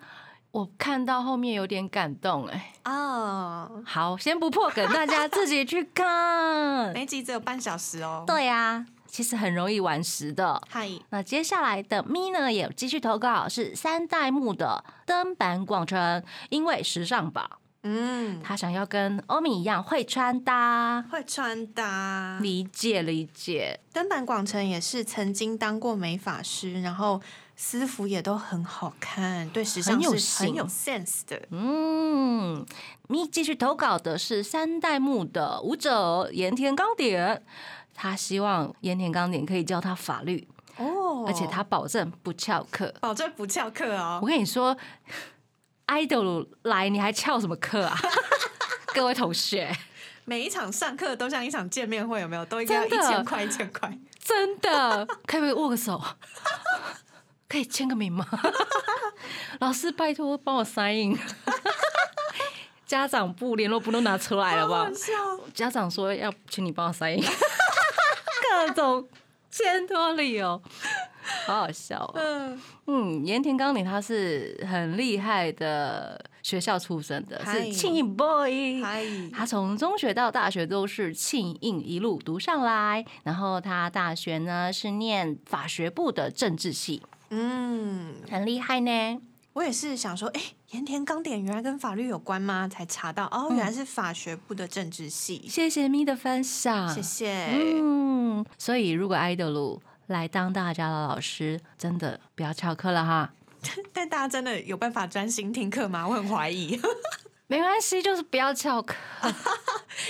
[SPEAKER 2] 我看到后面有点感动哎。
[SPEAKER 3] 哦，
[SPEAKER 2] 好，先不破梗，大家自己去 看。
[SPEAKER 3] 每集只有半小时哦。，
[SPEAKER 2] 对啊，其实很容易玩实的。
[SPEAKER 3] 嗨，
[SPEAKER 2] 那接下来的咪呢，也继续投稿是三代目的登坂广城，因为时尚吧，
[SPEAKER 3] 嗯，
[SPEAKER 2] 他想要跟欧米一样会穿搭。
[SPEAKER 3] 会穿搭。
[SPEAKER 2] 理解理解，
[SPEAKER 3] 登坂广成也是曾经当过美发师，然后私服也都很好看，对时尚
[SPEAKER 2] 很有
[SPEAKER 3] 是很
[SPEAKER 2] 型
[SPEAKER 3] 有 sense 的。
[SPEAKER 2] 嗯，咪继续投稿的是三代目的舞者盐田刚典，他希望盐田刚典可以教他法律，
[SPEAKER 3] 哦
[SPEAKER 2] 而且他保证不翘课。
[SPEAKER 3] 保证不翘课
[SPEAKER 2] 我
[SPEAKER 3] 哦。
[SPEAKER 2] 跟你说，idol 来你还翘什么课啊？各位同学，
[SPEAKER 3] 每一场上课都像一场见面会，有没有？都应该要
[SPEAKER 2] 真的
[SPEAKER 3] 一千块，一 千块。
[SPEAKER 2] 真的，可不可以握个手？可以签个名吗？老师，拜托帮我 sign。家长部、联络部都拿出来了吧？
[SPEAKER 3] 笑，
[SPEAKER 2] 家长说要请你帮我塞印， 各种千多理由，好好笑、 哦。
[SPEAKER 3] 嗯，
[SPEAKER 2] 嗯，盐田刚领他是很厉害的学校出身的，
[SPEAKER 3] 嗨
[SPEAKER 2] 是庆应 boy。
[SPEAKER 3] 嗨，
[SPEAKER 2] 他从中学到大学都是庆应一路读上来，然后他大学呢是念法学部的政治系，
[SPEAKER 3] 嗯，
[SPEAKER 2] 很厉害呢。
[SPEAKER 3] 我也是想说，哎、盐田刚典原来跟法律有关吗？才查到，哦，
[SPEAKER 2] 嗯
[SPEAKER 3] 原来是法学部的政治系。
[SPEAKER 2] 谢谢咪的分享，
[SPEAKER 3] 谢谢。
[SPEAKER 2] 嗯，所以如果 idol 来当大家的老师，真的不要翘课了哈。
[SPEAKER 3] 但大家真的有办法专心听课吗？我很怀疑，
[SPEAKER 2] 没关系，就是不要翘课。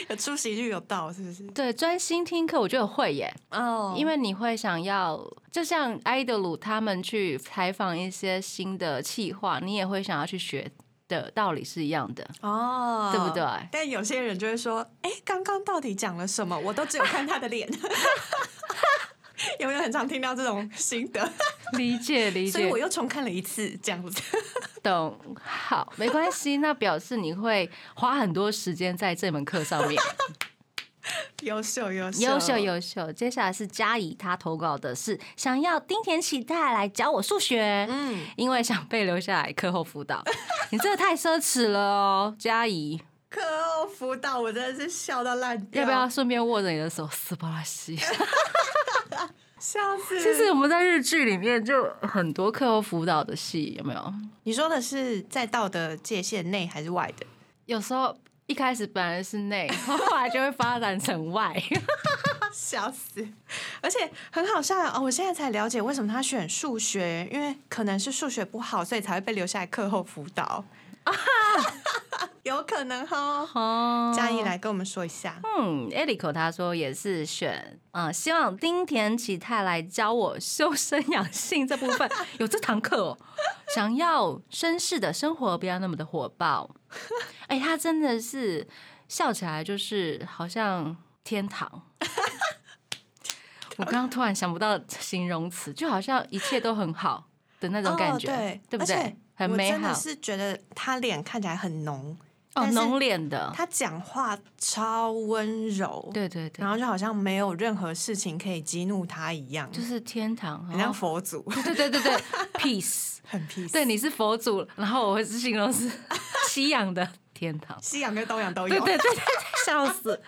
[SPEAKER 3] 有出席率有到是不是？
[SPEAKER 2] 对，专心听课，我觉得会耶，
[SPEAKER 3] 哦
[SPEAKER 2] 因为你会想要，就像 idol 他们去采访一些新的企划，你也会想要去学的道理是一样的。
[SPEAKER 3] 哦，
[SPEAKER 2] 对不对
[SPEAKER 3] 但有些 人就会说：“哎，刚刚到底讲了什么？我都只有看他的脸，有没有很常听到这种心得？
[SPEAKER 2] 理解理解。
[SPEAKER 3] 所以我又重看了一次，这样子。
[SPEAKER 2] 懂，好，没关系。那表示你会花很多时间在这门课上面。
[SPEAKER 3] 优秀，优秀，
[SPEAKER 2] 优秀，优秀。接下来是嘉怡，她投稿的是想要丁田启泰来教我数学，嗯，因为想被留下来课后辅导。 你这个太奢侈了哦，嘉怡。
[SPEAKER 3] 课后辅导，我真的是笑到烂掉。
[SPEAKER 2] 要不要顺便握着你的手，斯巴拉 西？
[SPEAKER 3] 笑死！
[SPEAKER 2] 其实我们在日剧里面就很多课后辅导的戏，有没有？
[SPEAKER 3] 你说的是在道德界限内还是外的？
[SPEAKER 2] 有时候一开始本来是内， 后来就会发展成 外。
[SPEAKER 3] 笑死！而且很好笑哦！我现在才了解为什么他选数学，因为可能是数学不好，所以才会被留下来课后辅导。 啊有可能哈、哦，嘉义来跟我们说一下。
[SPEAKER 2] 嗯，Elico 他说也是选，嗯，希望丁田启泰来教我修身养性这部分，有这堂课哦。想要绅士的生活，不要那么的火爆。哎、欸，他真的是笑起来就是好像天堂。我刚刚突然想不到形容词，就好像一切都很好的那种感觉，哦、
[SPEAKER 3] 对，
[SPEAKER 2] 对不对？很美好。
[SPEAKER 3] 我真的是觉得他脸看起来很浓，
[SPEAKER 2] 哦，浓脸的。
[SPEAKER 3] 他讲话超温柔，
[SPEAKER 2] 对对对，
[SPEAKER 3] 然后就好像没有任何事情可以激怒他一样，
[SPEAKER 2] 就是天堂，
[SPEAKER 3] 很像佛祖。
[SPEAKER 2] 对对对对，peace，
[SPEAKER 3] 很 peace。
[SPEAKER 2] 对，你是佛祖，然后我会是形容 是西洋的天堂，
[SPEAKER 3] 西洋跟东洋都有。
[SPEAKER 2] 对对对对，笑死。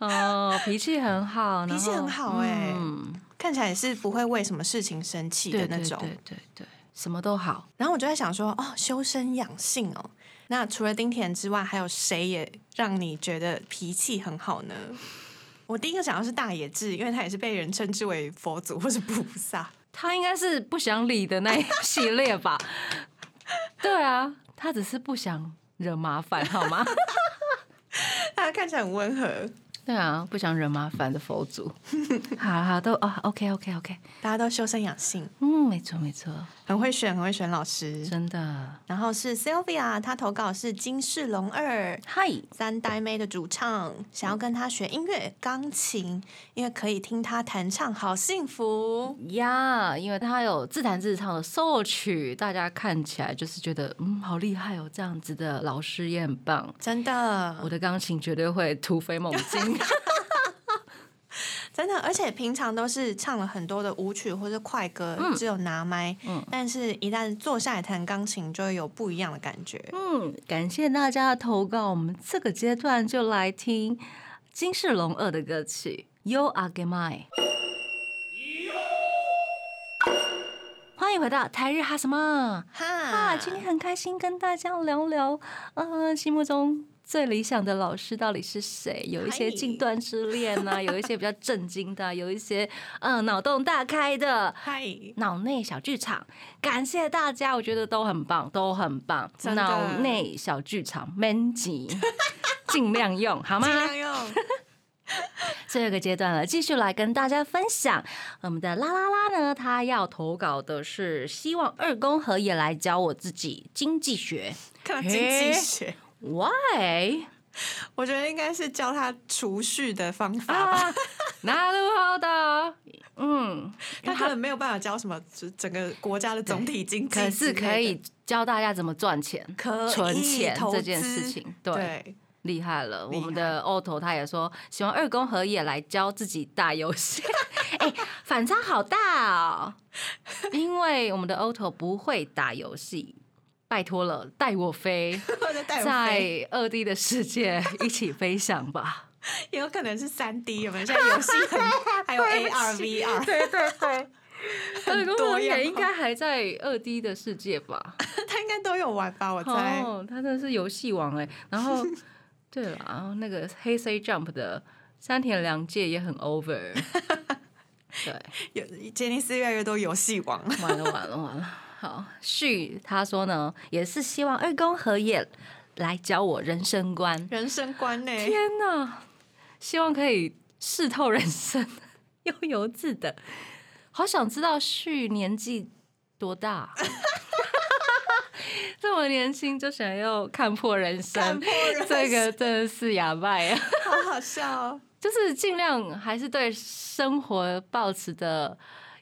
[SPEAKER 2] 哦，脾气很好，
[SPEAKER 3] 脾气很好哎、欸嗯，看起来也是不会为什么事情生气的那种，
[SPEAKER 2] 对对对,对,对。什么都好，
[SPEAKER 3] 然后我就在想说，哦，修身养性哦。那除了丁田之外，还有谁也让你觉得脾气很好呢？我第一个想到是大野智，因为他也是被人称之为佛祖或是菩萨，
[SPEAKER 2] 他应该是不想理的那一系列吧？对啊，他只是不想惹麻烦，好吗？
[SPEAKER 3] 他看起来很温和。
[SPEAKER 2] 对啊，不想惹麻烦的佛 祖，好好都啊、哦、，OK OK OK，
[SPEAKER 3] 大家都修身养性，
[SPEAKER 2] 嗯，没错没错，
[SPEAKER 3] 很会选，很会选老师，
[SPEAKER 2] 真的。
[SPEAKER 3] 然后是 Sylvia，她投稿是金世龙二，
[SPEAKER 2] 嗨，
[SPEAKER 3] 三代妹的主唱，想要跟她学音乐钢琴，因为可以听她弹唱，好幸福
[SPEAKER 2] 呀！Yeah, 因为她有自弹自唱的 solo 曲，大家看起来就是觉得嗯，好厉害哦，这样子的老师也很棒，
[SPEAKER 3] 真的，
[SPEAKER 2] 我的钢琴绝对会突飞猛进。
[SPEAKER 3] 真的，而且平常都是唱了很多的舞曲或者快歌、嗯，只有拿麦、嗯，但是一旦坐下来弹钢琴，就会有不一样的感觉。
[SPEAKER 2] 嗯，感谢大家的投稿，我们这个阶段就来听金世龙二的歌曲《You Are Mine》。欢迎回到台日哈什么
[SPEAKER 3] 哈，
[SPEAKER 2] 啊今天很开心跟大家聊聊，呃，心目中。最理想的老师到底是谁？有一些近段失恋呐、啊，有一些比较震惊的、啊，有一些嗯脑洞大开的，
[SPEAKER 3] 嗨，
[SPEAKER 2] 脑内小剧场。感谢大家，我觉得都很棒，都很棒。脑内小剧场 man 级，尽量用好吗？
[SPEAKER 3] 尽量用。
[SPEAKER 2] 最后一个阶段了，继续来跟大家分享我们的啦啦啦呢，他要投稿的是希望二宫和也来教我自己经济学，
[SPEAKER 3] 看经济学。
[SPEAKER 2] Why？
[SPEAKER 3] 我觉得应该是教他储蓄的方法
[SPEAKER 2] 啊
[SPEAKER 3] 吧。
[SPEAKER 2] 哪路好 的？嗯，
[SPEAKER 3] 他可能没有办法教什么整个国家的总体经济，
[SPEAKER 2] 可是可以教大家怎么赚钱、
[SPEAKER 3] 可
[SPEAKER 2] 存钱这件事情。
[SPEAKER 3] 对，
[SPEAKER 2] 厉害了！我们的 Otto 他也说，喜欢二宫和也来教自己打游戏。 哎欸，反差好大哦！因为我们的 Otto 不会打游戏。拜托了，带我飞， 在二 D 的世界一起飞翔吧。
[SPEAKER 3] 也有可能是三 D，有没有？现在游戏 很还有 AR、VR，
[SPEAKER 2] 对对对，
[SPEAKER 3] 很多
[SPEAKER 2] 也应该还在二 D 的世界吧？
[SPEAKER 3] 他应该都有玩吧？我猜。
[SPEAKER 2] 哦，他真的是游戏王哎、欸。然 后，对了，然后那个黑 C Jump 的山田凉介也很 over。对，
[SPEAKER 3] 有杰尼斯越来越多游戏王，
[SPEAKER 2] 完了完了完了。好，旭他说呢，也是希望二宫和也来教我人生观。
[SPEAKER 3] 人生观呢、欸？
[SPEAKER 2] 天哪！希望可以试透人生，悠游自得。好想知道旭年纪多 大？啊这么年轻就想要看破人生，
[SPEAKER 3] 看破人生，
[SPEAKER 2] 这个真的是哑巴呀！
[SPEAKER 3] 好好笑、哦。。
[SPEAKER 2] 就是尽量还是对生活保持的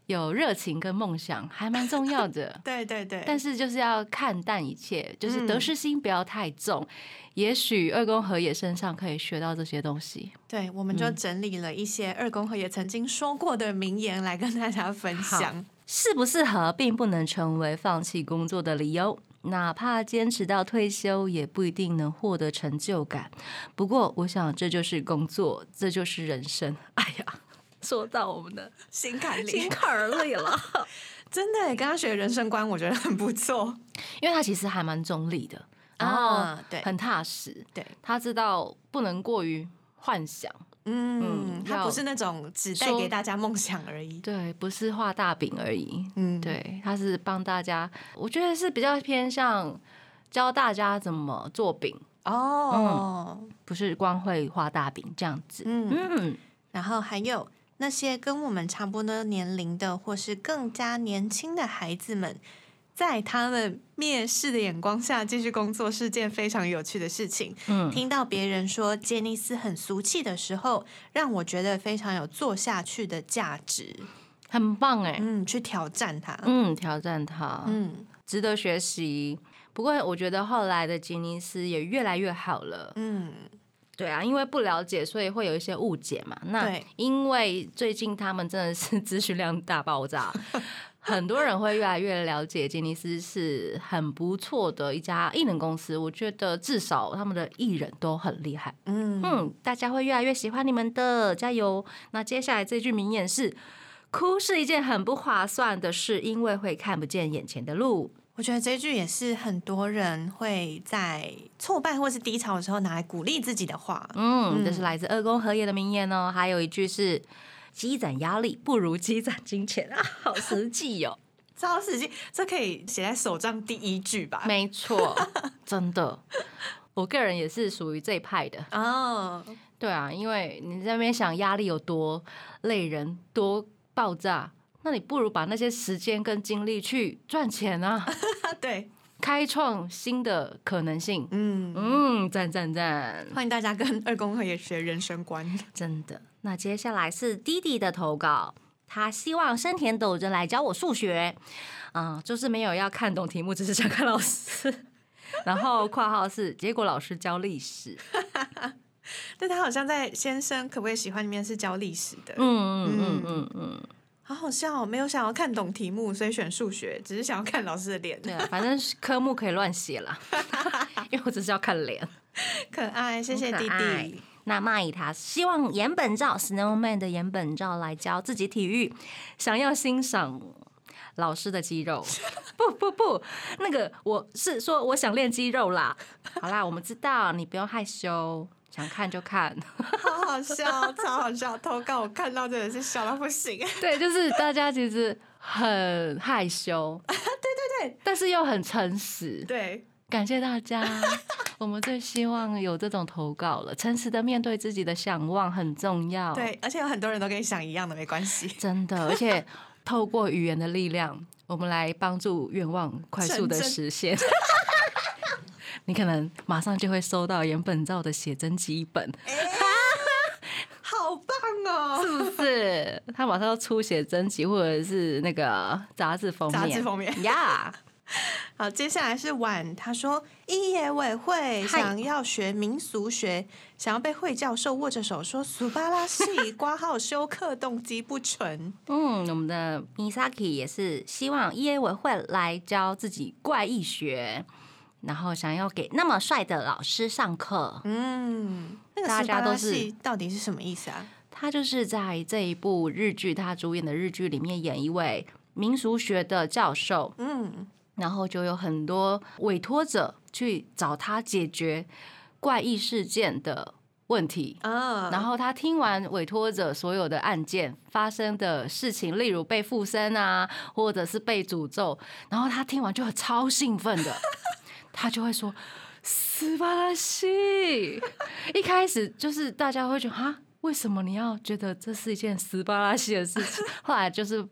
[SPEAKER 2] 有热情跟梦想，还蛮重要的
[SPEAKER 3] 对对对，
[SPEAKER 2] 但是就是要看淡一切，就是
[SPEAKER 3] 嗯
[SPEAKER 2] 得失心不要太重。也许二宫和也身上可以学到这些东西。
[SPEAKER 3] 对，我
[SPEAKER 2] 嗯
[SPEAKER 3] 们就整理了一些二宫和也曾经说过的名言来跟大家分享。
[SPEAKER 2] 适不适合并不能成为放弃工作的理由，哪怕坚持到退休，也不一定能获得成就感。不过，我想这就是工作，这就是人生。 哎呀，说到我们的
[SPEAKER 3] 心坎
[SPEAKER 2] 心
[SPEAKER 3] 里，
[SPEAKER 2] 坎儿里了，
[SPEAKER 3] 真的耶跟他学人生观，我觉得很不错。
[SPEAKER 2] 因为他其实还蛮中立的，然后
[SPEAKER 3] 啊对
[SPEAKER 2] 很踏实，
[SPEAKER 3] 对，
[SPEAKER 2] 他知道不能过于幻想，
[SPEAKER 3] 嗯，
[SPEAKER 2] 嗯
[SPEAKER 3] 他
[SPEAKER 2] 要
[SPEAKER 3] 不是那种只带
[SPEAKER 2] 说
[SPEAKER 3] 给大家梦想而已。
[SPEAKER 2] 对，不是画大饼而已，
[SPEAKER 3] 嗯，
[SPEAKER 2] 对，他是帮大家，我觉得是比较偏向教大家怎么做饼。
[SPEAKER 3] 哦，
[SPEAKER 2] 不是光会画大饼这样子。
[SPEAKER 3] 嗯
[SPEAKER 2] 嗯，
[SPEAKER 3] 然后还有那些跟我们差不多年龄的，或是更加年轻的孩子们，在他们蔑视的眼光下继续工作，是件非常有趣的事情。
[SPEAKER 2] 嗯
[SPEAKER 3] 听到别人说杰尼斯很俗气的时候，让我觉得非常有做下去的价值。
[SPEAKER 2] 很棒哎、
[SPEAKER 3] 嗯，去挑战它。
[SPEAKER 2] 嗯，挑战它，
[SPEAKER 3] 嗯
[SPEAKER 2] 值得学习。不过我觉得后来的吉尼斯也越来越好了。
[SPEAKER 3] 嗯，
[SPEAKER 2] 对啊，因为不了解，所以会有一些误解嘛。那
[SPEAKER 3] 对
[SPEAKER 2] 因为最近他们真的是资讯量大爆炸， 很多人会越来越了解吉尼斯是很不错的一家艺人公司。我觉得至少他们的艺人都很厉害。
[SPEAKER 3] 嗯
[SPEAKER 2] 嗯，大家会越来越喜欢你们的，加油！那接下来这句名言是：哭是一件很不划算的事，因为会看不见眼前的路。
[SPEAKER 3] 我觉得这一句也是很多人会在挫败或是低潮的时候拿来鼓励自己的话。
[SPEAKER 2] 嗯，
[SPEAKER 3] 嗯
[SPEAKER 2] 这是来自二宫和也的名言哦。还有一句是：积攒压力不如积攒金钱啊，好实际哦。
[SPEAKER 3] 超实际，这可以写在手账第一句吧？
[SPEAKER 2] 没错，真的。我个人也是属于这一派的，
[SPEAKER 3] 哦，
[SPEAKER 2] 对啊，因为你在那边想压力有多累人、多爆炸，那你不如把那些时间跟精力去赚钱啊。
[SPEAKER 3] 啊 对，
[SPEAKER 2] 开创新的可能性。
[SPEAKER 3] 嗯，
[SPEAKER 2] 嗯，赞赞赞，
[SPEAKER 3] 欢迎大家跟二宫和也学人生观。
[SPEAKER 2] 真的。那接下来是弟弟的投稿，他希望生田斗真来教我数学。啊、就是没有要看懂题目，只是想看老师。 然后括号是结果老师教历史。
[SPEAKER 3] 但他好像在《先生可不可以喜欢》里面是教历史的，
[SPEAKER 2] 嗯嗯嗯嗯嗯，
[SPEAKER 3] 好好笑、哦，没有想要看懂题目，所以选数学，只是想要看老师的脸，
[SPEAKER 2] 对啊，反正是科目可以乱写啦， 因为我只是要看脸。
[SPEAKER 3] 可爱，谢谢
[SPEAKER 2] 很
[SPEAKER 3] 弟
[SPEAKER 2] 可爱
[SPEAKER 3] 弟。
[SPEAKER 2] 那蚂蚁他希望岩本照 Snowman 的岩本照来教自己体育，想要欣赏老师的肌 肉。不不不，那个我是说我想练肌肉啦。好啦，我们知道你不用害羞，想看就看。
[SPEAKER 3] 好好笑，超好笑！投稿我看到真的是笑到不行。
[SPEAKER 2] 对，就是大家其实很害羞， 对对对，但是又很诚实。
[SPEAKER 3] 对，
[SPEAKER 2] 感谢大家。 我们最希望有这种投稿了，诚实的面对自己的想望很重要。
[SPEAKER 3] 对，而且有很多人都跟你想一样的，没关 系。
[SPEAKER 2] 真的，而且透过语言的力量，我们来帮助愿望快速的
[SPEAKER 3] 成真
[SPEAKER 2] 实 现。你可能马上就会收到岩本照的写真集一 本，
[SPEAKER 3] 哎好棒哦！
[SPEAKER 2] 是不是？他马上要出写真集或者是那个杂志封面，
[SPEAKER 3] 杂志封面
[SPEAKER 2] 呀
[SPEAKER 3] 好，接下来是婉，他说一野委会
[SPEAKER 2] 嗨
[SPEAKER 3] 想要学民俗学，想要被惠教授握着手说“苏巴拉系挂号休克，动机不 纯
[SPEAKER 2] 嗯，我们的 Misaki 也是希望 EA 委会来教自己怪异学，然后想要给那么帅的老师上课”。。
[SPEAKER 3] 嗯，那个
[SPEAKER 2] 大
[SPEAKER 3] 苏巴
[SPEAKER 2] 家都
[SPEAKER 3] 拉
[SPEAKER 2] 是
[SPEAKER 3] 系到底是什么意思啊？
[SPEAKER 2] 他就是在这一部日剧，他主演的日剧里面演一位民俗学的教授，
[SPEAKER 3] 嗯，
[SPEAKER 2] 然后就有很多委托者去找他解决怪异事件的问题。
[SPEAKER 3] 啊，
[SPEAKER 2] 然后他听完委托者所有的案件发生的事情，例如被附身啊，或者是被诅咒，然后他听完就很超兴奋的，他就会说：“斯巴拉西！”一开始就是大家会觉得啊，为什么你要觉得这是一件斯巴拉西的事情？后来就是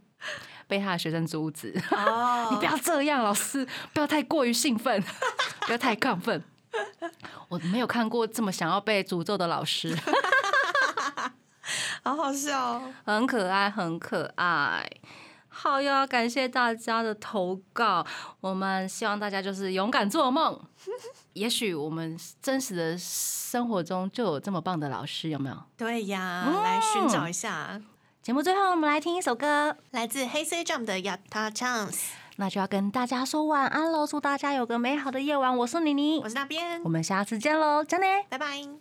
[SPEAKER 2] 被他的学生阻止，
[SPEAKER 3] 哦，
[SPEAKER 2] 你不要这样，老师，不要太过于兴奋，不要太亢奋。我没有看过这么想要被诅咒的老师。
[SPEAKER 3] 好好笑哦。
[SPEAKER 2] 很可爱，很可爱。好呀，感谢大家的投稿，我们希望大家就是勇敢做梦。 也许我们真实的生活中就有这么棒的老师，有没有？
[SPEAKER 3] 对呀，来寻找一下，
[SPEAKER 2] 节目最后，我们来听一首歌，
[SPEAKER 3] 来自黑 C Jump 的《Yata Chance》。
[SPEAKER 2] 那就要跟大家说晚安喽，祝大家有个美好的夜晚。我是妮妮
[SPEAKER 3] 我，是那边
[SPEAKER 2] 我，们下次见喽，再见。
[SPEAKER 3] 拜拜。